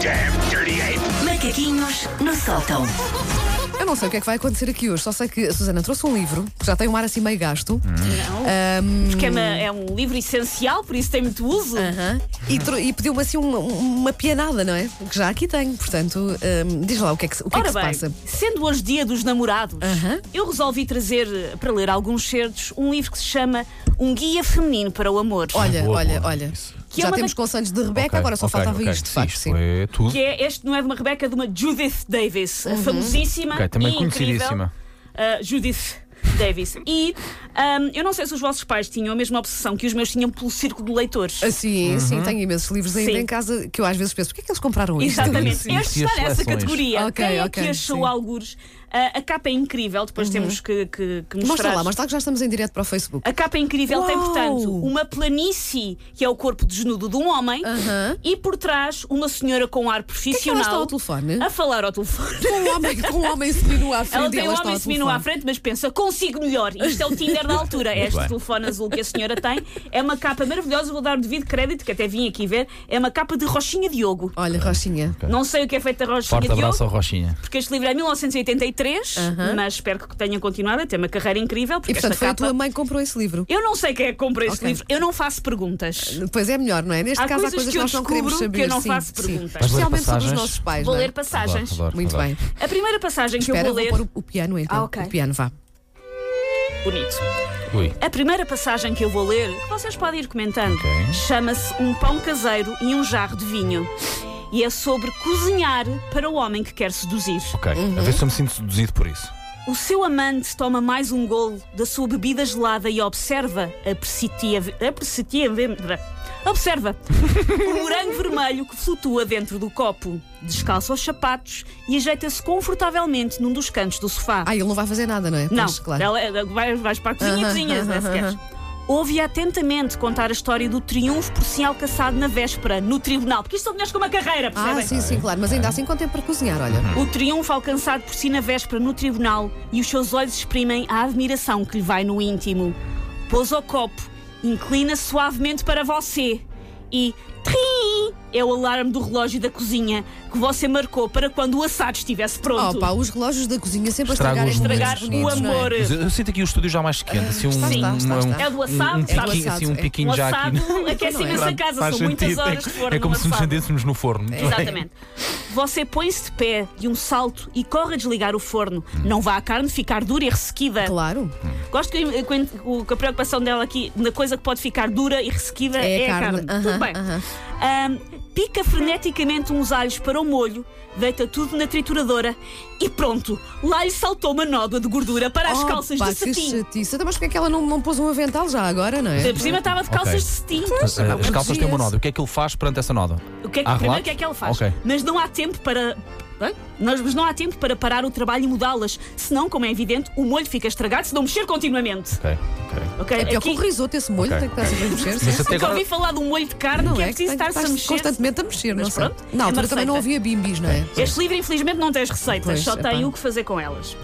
damn dirty ape! Macaquinhos no sótão. Eu não sei o que é que vai acontecer aqui hoje, só sei que a Susana trouxe um livro que já tem um ar assim meio gasto Porque é, uma- Hum. é um livro essencial, por isso tem muito uso. Ah, e, trou- e pediu-me assim uma, uma pianada, não é? Que já aqui tenho, portanto, hum, diz lá o que é que, se- o que, é que Ora se passa. bem, sendo hoje dia dos namorados, Aham. eu resolvi trazer eh, para ler alguns certos um livro que se chama Um Guia Feminino para o Amor. Olha, Ah, Boa, olha, boa, olha. isso. Que é já uma temos das- conselhos de Rebeca, é agora só Ok, faltava ok. isto, de Sim, facto, sim. É tudo. Que é, este não é de uma Rebeca, é de uma Judith Davis, Uhum. a famosíssima Ok, também e incrível, conhecidíssima. eh, Judith Davis. E ahm, eu não sei se os vossos pais tinham a mesma obsessão que os meus tinham pelo círculo de leitores. Ah, Uhum. sim, sim, tenho imensos livros ainda Sim. em casa que eu às vezes penso, porquê é que eles compraram isto? Exatamente. Sim. E Este as está nessa seleções? categoria. Ok, Quem é ok, que achou sim. Uhum. algures? Ah, a capa é incrível, depois temos que, que- que Mostra mostrar. lá, mostra lá que já estamos em direto para o Facebook. A capa é incrível tem, Uau! portanto, uma planície, que é o corpo desnudo de um homem, Aham. e por trás uma senhora com ar que é que ela está profissional ao telefone? a falar ao telefone. Com um homem, com um homem seminu à frente Ela e tem um ela está homem ao semino à telefone. frente, mas pensa, consigo melhor. Isto é o Tinder da altura. Muito este bem. telefone azul que a senhora tem é uma capa maravilhosa. Vou dar o devido crédito, que até vim aqui ver. É uma capa de Rochinha Diogo. Olha, Rochinha. Ok. Não sei o que é feito da Rochinha Forte Diogo. abraço ao Rochinha. Porque este livro é 1983, mas espero que tenha continuado a ter uma carreira incrível. Porque E portanto esta foi a capa- tua mãe que comprou esse livro. Eu não sei quem é que compra este Ok. livro, eu não faço perguntas. Pois é melhor, não é? Neste Há caso há coisas coisas que eu nós não descubro queremos saber. que eu não sim, faço sim. perguntas. Vais ler Especialmente sobre os passagens? nossos pais. Vou não é? ler passagens. Adoro, adoro, Muito adoro. bem. A primeira passagem que Espera, eu vou vou ler. pôr o, o piano então. Ah, ok. O piano, vá. Bonito. Ui. A primeira passagem que eu vou ler, que vocês podem ir comentando, Ok. chama-se Um Pão Caseiro e um Jarro de Vinho. E é sobre cozinhar para o homem que quer seduzir. Ok. A Uhum. ver se eu me sinto seduzido por isso. O seu amante toma mais um golo da sua bebida gelada e observa apreciativa- apreciativa- Observa o morango vermelho que flutua dentro do copo. Descalça os sapatos e ajeita-se confortavelmente num dos cantos do sofá. Ah, ele não vai fazer nada, não é? Não, Pois, claro. ela- ela- vai- vais para a cozinha e Aham, cozinhas, aham, não é sequer. Ouve atentamente contar a história do triunfo por si alcançado na véspera, no tribunal. Porque isto são mulheres com uma carreira, percebem? Ah, sim, sim, claro. Mas ainda assim com tempo para cozinhar, olha. Uhum. O triunfo alcançado por si na véspera no tribunal e os seus olhos exprimem a admiração que lhe vai no íntimo. Pôs ao copo, inclina suavemente para você e. Trim! É o alarme do relógio da cozinha que você marcou para quando o assado estivesse pronto. Oh, pá, os relógios da cozinha sempre Estraga a os estragarem Estragar momentos o bonitos, não é? amor. Mas eu, eu sinto aqui o estúdio já mais quente. Assim, um, está, está, um- está. É do assado, um, um está do piquinho, assim, um assado, é. piquinho O já aqui. né? assado aquece Não é. imenso a casa, são Faz muitas sentido. É- horas de forno É como no se nos assado. sentêssemos no forno. Muito bem. Exatamente. Você põe-se de pé de um salto e corre a desligar o forno. Hum. Não vá a carne ficar dura e é? ressequida. é? Claro. Gosto que, eh, que- que a preocupação dela aqui na coisa que pode ficar dura e ressequida É a é, a carne. carne. Aham, Tudo bem. aham. Ahm, pica freneticamente uns alhos para o molho, deita tudo na trituradora e pronto, lá lhe saltou uma nódoa de gordura para as Oh, calças pá, de que cetim. chatice. Até mas porque é que ela não, não pôs um avental já agora, não é? Por cima estava de Ok. calças de cetim. Mas, eh, As calças têm uma Então, Dias. nódoa. O que é que ele faz perante essa nódoa? O que é que, Há primeiro, relatos? o que é que ele faz? Ok. Mas não há tempo para. Hã? Nós, mas não há tempo para parar o trabalho e mudá-las, senão, como é evidente, o molho fica estragado se não mexer continuamente. Ok, ok. Ok? É pior que o Aqui, risoto, esse molho, Ok. tem que estar sempre a mexer. sim. Mas até nunca agora. ouvi falar de um molho de carne que é preciso Tem que estar-se a estar-se mexer. constantemente a mexer, Mas não sei. pronto, Na é altura uma também não receita. havia bimbis, não é? Este livro, infelizmente, não tem as receitas, Pois, só tem epá. o que fazer com elas.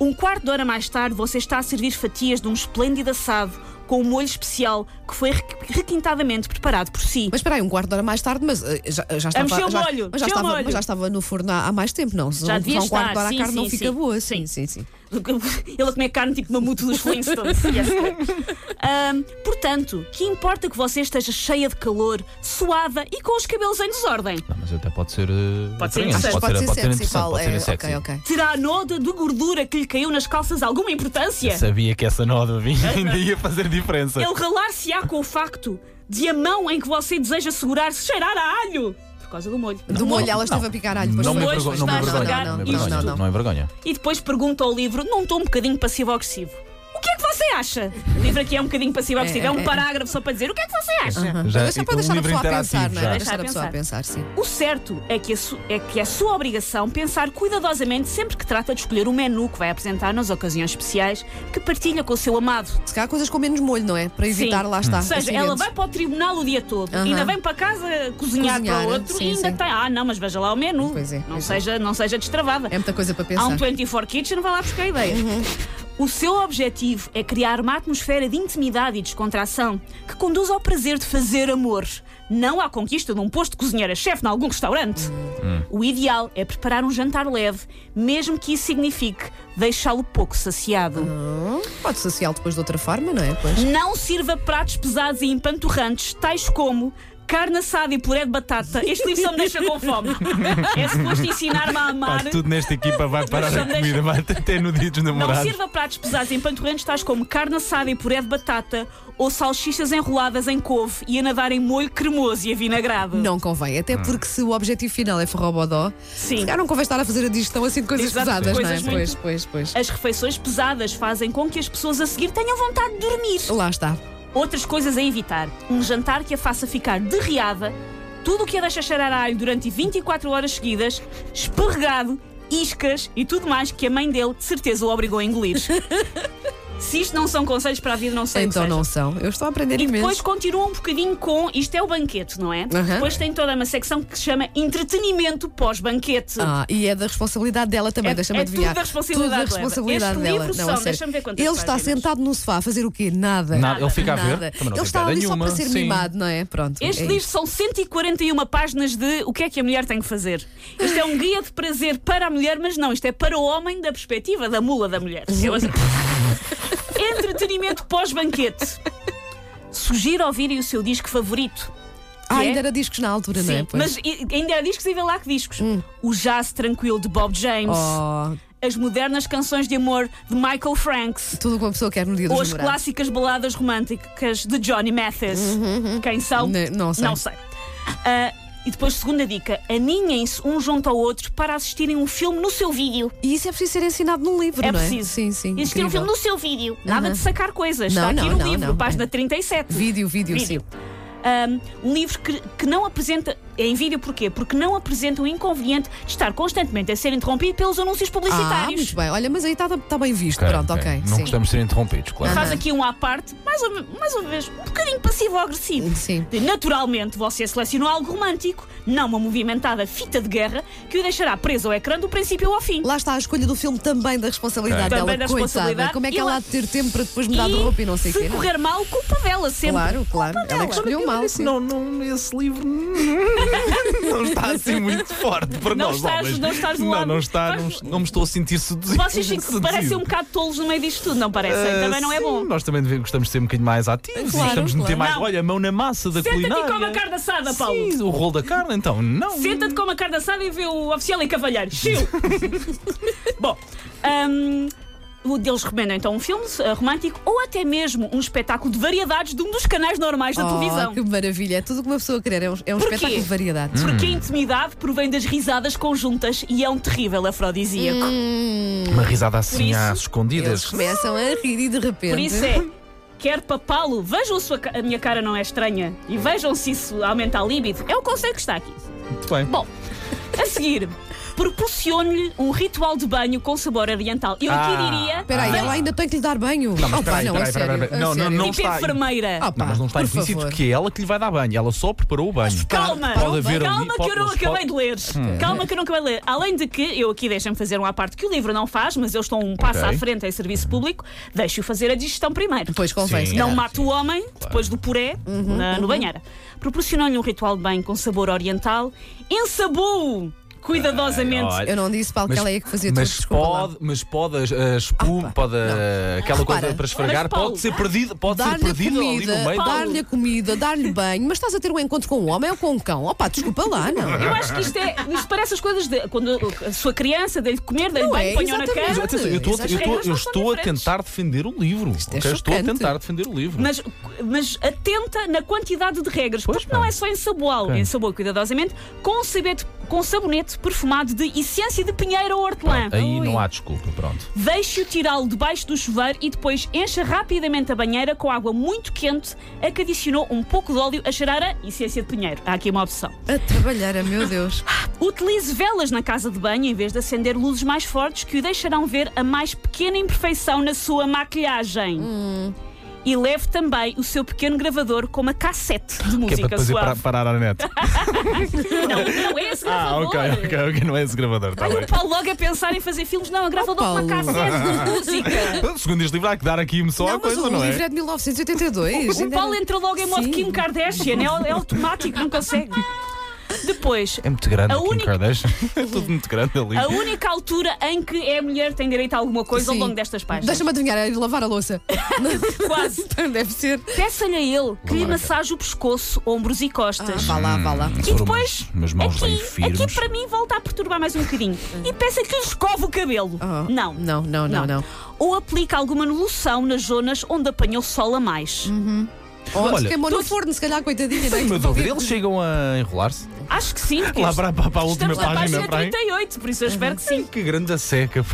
Um quarto de hora mais tarde, você está a servir fatias de um esplêndido assado com um molho especial que foi requ- requintadamente preparado por si. Mas espera aí, um quarto de hora mais tarde, mas eh, já, já estava. mexer o já, molho, mas já, mexer o estava molho. mas já estava no forno há, há mais tempo, não? Se Já não- devia se não um quarto estar, de hora a sim, carne não sim, fica sim. boa, sim, sim, sim. Ele a comer carne tipo mamuto dos Flintstones. Yes. Ahm, portanto, que importa que você esteja cheia de calor, suada e com os cabelos em desordem? Não, mas até pode ser. eh, Pode ser atraente, interessante. Pode ser pode ser sexy, interessante. Paulo. Pode ser é, sexy. Ok, ok. Terá a noda de gordura que lhe caiu nas calças alguma importância? Eu sabia que essa nódoa vinha ainda ia fazer diferença. Ele ralar-se-á com o facto de a mão em que você deseja segurar-se cheirar a alho. Por causa do molho. Do molho, ela esteve a picar alho. pois Não me foi. vergonha, envergonha, não me Pois, envergonha, estás a não me jogar envergonha, isto. não me envergonha. E depois pergunta ao livro, num tom um bocadinho passivo-agressivo. O que é que você acha? O livro aqui é um bocadinho passivo-agressivo, é, É, é, um é. parágrafo só para dizer o que é que você acha? Já- Mas é para um deixar a livro pessoa a interativo, pensar, não é? já. Deixar a pessoa a pensar, sim. O certo é que, a su- é que é sua obrigação pensar cuidadosamente sempre que trata de escolher o menu que vai apresentar nas ocasiões especiais que partilha com o seu amado. Se calhar coisas com menos molho, não é? Para evitar, lá está. Ou seja, acidentes. ela vai para o tribunal o dia todo, assim é. Aham. ainda vem para casa cozinhar, Cozinhar, para o outro sim, e ainda sim. tem. Ah, não, mas veja lá o menu. Pois é, não, pois é. Uhum. seja, não seja destravada. É muita coisa para Há um pensar. 24 Kitchen, vai lá buscar ideias. O O seu objetivo é criar uma atmosfera de intimidade e descontração que conduz ao prazer de fazer amor, não à conquista de um posto de cozinheira-chefe em algum restaurante. O ideal é preparar um jantar leve, mesmo que isso signifique deixá-lo pouco saciado. Pode social depois de outra forma, não é? Pois. Não sirva pratos pesados e empanturrantes, tais como carne assada e puré de batata. Este livro só me deixa com fome. É suposto ensinar-me a Pá, amar. tudo nesta equipa vai parar Mas a só me deixa- comida, vai até no dia dos Não namorados. sirva pratos pesados e empanturrantes, tais como carne assada e puré de batata ou salsichas enroladas em couve e a nadar em molho cremoso e avinagrado. Não convém, até porque se o objetivo final é forrobodó, se Sim. calhar não convém estar a fazer a digestão assim de coisas Exato, pesadas, coisas não é? muito- Pois, pois, pois. As refeições pesadas fazem com que as pessoas a seguir tenham vontade de dormir. Lá está. Outras coisas a evitar: um jantar que a faça ficar derreada, tudo o que a deixa cheirar a alho durante 24 horas seguidas, esparregado, iscas e tudo mais que a mãe dele de certeza o obrigou a engolir. Se isto não são conselhos para a vida, não sei o que Então seja. não são. Eu estou a aprender E imenso. depois continua um bocadinho com isto é o banquete, não é? Aham. Depois tem toda uma secção que se chama entretenimento pós-banquete. Ah, e é da responsabilidade dela também, É- deixa-me é adivinhar. tudo da responsabilidade Tudo da dela. responsabilidade Este dela. livro Não, são, a sério. deixa-me ver quantas Ele está páginas. sentado no sofá a fazer o quê? Nada. Nada, ele fica a ver. Nada. também não Ele tem está ideia ali nenhuma. só para ser Sim. mimado, não é? Pronto. Este é livro isto. são 141 páginas de o que é que a mulher tem que fazer. Isto é um guia de prazer para a mulher, mas não, isto é para o homem da perspectiva da mula da mulher. Eu assim- Entretenimento pós-banquete. Sugiro ouvirem o seu disco favorito. Ah, que é- ainda era discos na altura, não é? Sim, Pois. Hum. mas i- ainda há discos e vê lá que discos. O Jazz Tranquilo de Bob James, Oh, as modernas canções de amor de Michael Franks, tudo o que uma pessoa quer no dia dos ou as namorados. clássicas baladas românticas de Johnny Mathis. Quem são? Uhum, Ne- não sei. Não sei. Ah, e depois, segunda dica: aninhem-se um junto ao outro para assistirem um filme no seu vídeo. E isso é preciso ser ensinado num livro, É não é? preciso. Sim, sim. Existir incrível. um Uhum. filme no seu vídeo. Nada de sacar coisas. Não, Está aqui não, no não, livro, não. página 37. Vídeo, vídeo, Vídeo. sim. Ahm, um livro que, que não apresenta. É em vídeo porquê? Porque não apresenta o inconveniente de estar constantemente a ser interrompido pelos anúncios Ah, publicitários. muito bem. Olha, mas aí está tá bem visto. Ok, Pronto, ok. Não sim. gostamos de ser interrompidos, claro. Faz aqui um à parte, mais ou, me- mais uma vez, um bocadinho passivo-agressivo. Sim. De, Naturalmente, você selecionou algo romântico, não uma movimentada fita de guerra que o deixará preso ao ecrã do princípio ao fim. Lá está a escolha do filme também da responsabilidade Ok. dela. Também da Coitada, responsabilidade. Como é que E ela lá- há de ter tempo para depois mudar um de E roupa e não sei o se quê? não é? correr mal, culpa dela sempre. Claro, claro. Ela é que escolheu mal, sim. Não, não, esse livro não está assim muito forte para Não nós estás- homens. não estás do não, lado. não está, não, não me estou a sentir seduzido. Vocês sim, que parecem um bocado tolos no meio disto tudo, não parecem? Ah, também não é sim, bom. Nós também devemos- gostamos de ser um bocadinho mais ativos Claro, e gostamos de meter claro. mais, Não. olha, a mão na massa da Senta-te culinária. e come a carne assada, Paulo. Sim, o rolo da carne, então, não. Senta-te com uma carne assada e vê o oficial em cavalheiro. Chiu! Bom, hum, o deles recomendam então um filme eh, romântico ou até mesmo um espetáculo de variedades de um dos canais normais da Oh, televisão. Que maravilha, é tudo o que uma pessoa querer, é um, é um Porquê? espetáculo de variedades. Porque a intimidade provém das risadas conjuntas e é um terrível afrodisíaco. Hum. Uma risada assim isso, às escondidas. Eles começam a rir e de repente. Por isso é, quer papá-lo, vejam a, sua, ca- a minha cara não é estranha e vejam se isso aumenta a líbido. É o conselho que está aqui. Muito bem. Bom, a seguir, proporciono-lhe um ritual de banho com sabor oriental. Eu aqui Ah. diria. Espera aí, ela ainda tem que lhe dar banho. Não, mas Oh, espera pá, aí, não, espera a aí, espera aí, sério, espera aí. a Não, sério. não Tipo está- enfermeira. Ah, pá, Não, mas não está por implícito favor. que é ela que lhe vai dar banho. Ela só preparou o banho. Calma, Ah, Pode haver calma ali, que pode- eu não mas acabei pode- Hum. de ler. Calma que eu não acabei de ler. Além de que, eu aqui deixem-me fazer uma parte que o livro não faz, mas eu estou um passo Ok. à frente em serviço público, deixo-o fazer a digestão primeiro. Depois convém, Sim. se Não calhar. mata o homem depois do puré na, no banheira. Proporcionou-lhe um ritual de banho com sabor oriental. Ensabou-o cuidadosamente. Ai, olha. Eu não disse, Paulo, que Mas- ela é que fazia tudo. mas desculpa lá. pode, mas pode as, as espuma, pode a- aquela Repara. coisa para esfregar, Mas, Paulo, pode ser perdida, pode ser Dar-lhe a perdida ali no comida, meio. Paulo. dar-lhe a comida, dar-lhe banho, mas estás a ter um encontro com um homem ou com um cão? Opa, desculpa lá, não. Eu acho que isto é. Isto parece as coisas de. Quando a sua criança dê-lhe de comer, dê-lhe Não banho, é, ponham na exatamente. Mas, cama. atenção, eu estou, a- eu Essas estou- regras eu não são estou a diferentes. tentar defender o livro. é ok? Estou a chocante. tentar defender o livro. Mas, mas atenta na quantidade de regras, Pois, porque não pá. é só ensaboá-lo, Ok. ensaboa cuidadosamente com sabete- com sabonete perfumado de essência de pinheiro ou hortelã. Ah, Aí não há desculpa, pronto. Deixe-o tirá-lo debaixo do chuveiro e depois encha rapidamente a banheira com água muito quente a que adicionou um pouco de óleo a cheirar a essência de pinheiro. Há aqui uma opção. A trabalhar, meu Deus. Utilize velas na casa de banho em vez de acender luzes mais fortes que o deixarão ver a mais pequena imperfeição na sua maquilhagem. E leve também o seu pequeno gravador com uma cassete de Que é para música depois ir para, suave. parar a net. Não, não é esse Ah, gravador. ok, ok, ok. Não é esse gravador, está Ai, bem. o Paulo logo a pensar em fazer filmes. Não, é um gravador com uma Paulo. cassete de música. Segundo este livro, há que dar aqui só não, a mas coisa, o não é? livro é de 1982. O ainda Paulo não- entra logo em modo então Sim. Kim Kardashian, é, é automático, não consegue. Depois, É muito grande, A a Kim única- Kardashian. É tudo muito grande ali. a única altura em que a mulher tem direito a alguma coisa ao Sim. longo destas páginas. Deixa-me adivinhar, é ir lavar a louça. Quase. Deve ser. Peça-lhe a ele que lhe marca. Ah. massage o pescoço, ombros e costas. Ah, Vá lá, vá Hum. lá. E depois, Meus mãos bem aqui, firmes. aqui para mim volta a perturbar mais um bocadinho. E peça que lhe escove o cabelo. Ah, Não. não, não, não, não. Ou aplica alguma loção nas zonas onde apanhou sol a mais. Hum. Ou Olha, se Oh, queimou no forno, se calhar, coitadinha. é? Tenho uma dúvida. Eles chegam a enrolar-se? Acho que sim. porque Lá para, para, para a última Estamos na página, página para aí? 38, por isso eu espero que Uhum. sim. Que grande a seca.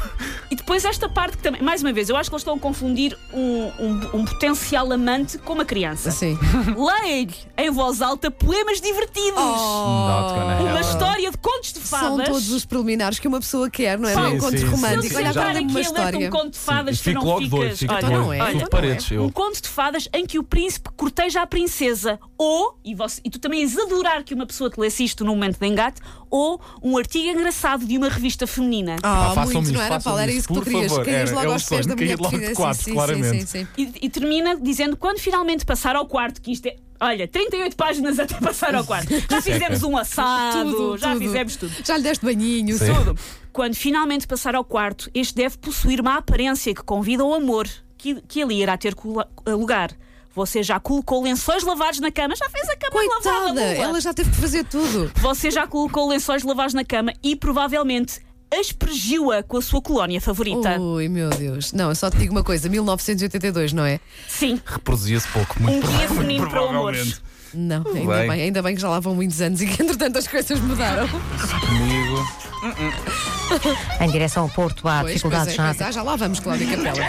E depois esta parte que também, mais uma vez, eu acho que eles estão a confundir um, um- um potencial amante com uma criança. Sim. Leia-lhe em voz alta poemas divertidos. Oh. Not gonna happen. Uma história de contos de Oh. São fadas. todos os preliminares que uma pessoa quer, não é? Sim, não é um sim, conto sim, romântico. não se sim. Olha, Já entrar para aqui uma a ler-te um história. conto de fadas, tu Fico não logo ficas. doido, fico Olha, Então doido. não é, Fico então não paredes, é. eu. Um conto de fadas em que o príncipe corteja a princesa, ou, e, você- e tu também és adorar que uma pessoa te lesse isto num momento de engate, ou um artigo engraçado de uma revista feminina. Pá, Ah, façam-me muito, isso, não era, façam-me Paulo? Era isso, isso que tu por querias. favor. Querias Era- logo é um aos pés da sonho, mulher cair que logo de fizesse- quatro, sim, sim, claramente. Sim, sim, E, e termina dizendo quando finalmente passar ao quarto, que isto é. Olha, 38 páginas até passar ao quarto. Já fizemos um assado, Tudo, já tudo. fizemos tudo. Já lhe deste banhinho, Sim. tudo. Quando finalmente passar ao quarto, este deve possuir uma aparência que convida ao amor que, que ali irá ter cula- lugar. Você já colocou lençóis lavados na cama, já fez a cama lavada. Coitada, Lula. ela já teve que fazer tudo. Você já colocou lençóis lavados na cama e provavelmente aspergiu-a com a sua colónia favorita. Ui, meu Deus. Não, eu só te digo uma coisa: 1982, não é? Sim, Reproduzia-se pouco, muito um guia prova- feminino para o amor. provavelmente. Não, ainda bem. bem. ainda bem que já lá vão muitos anos e que entretanto as coisas mudaram. Comigo. em direção ao Porto há Pois, pois dificuldades é, na pois é. já lá vamos, Cláudia Capela.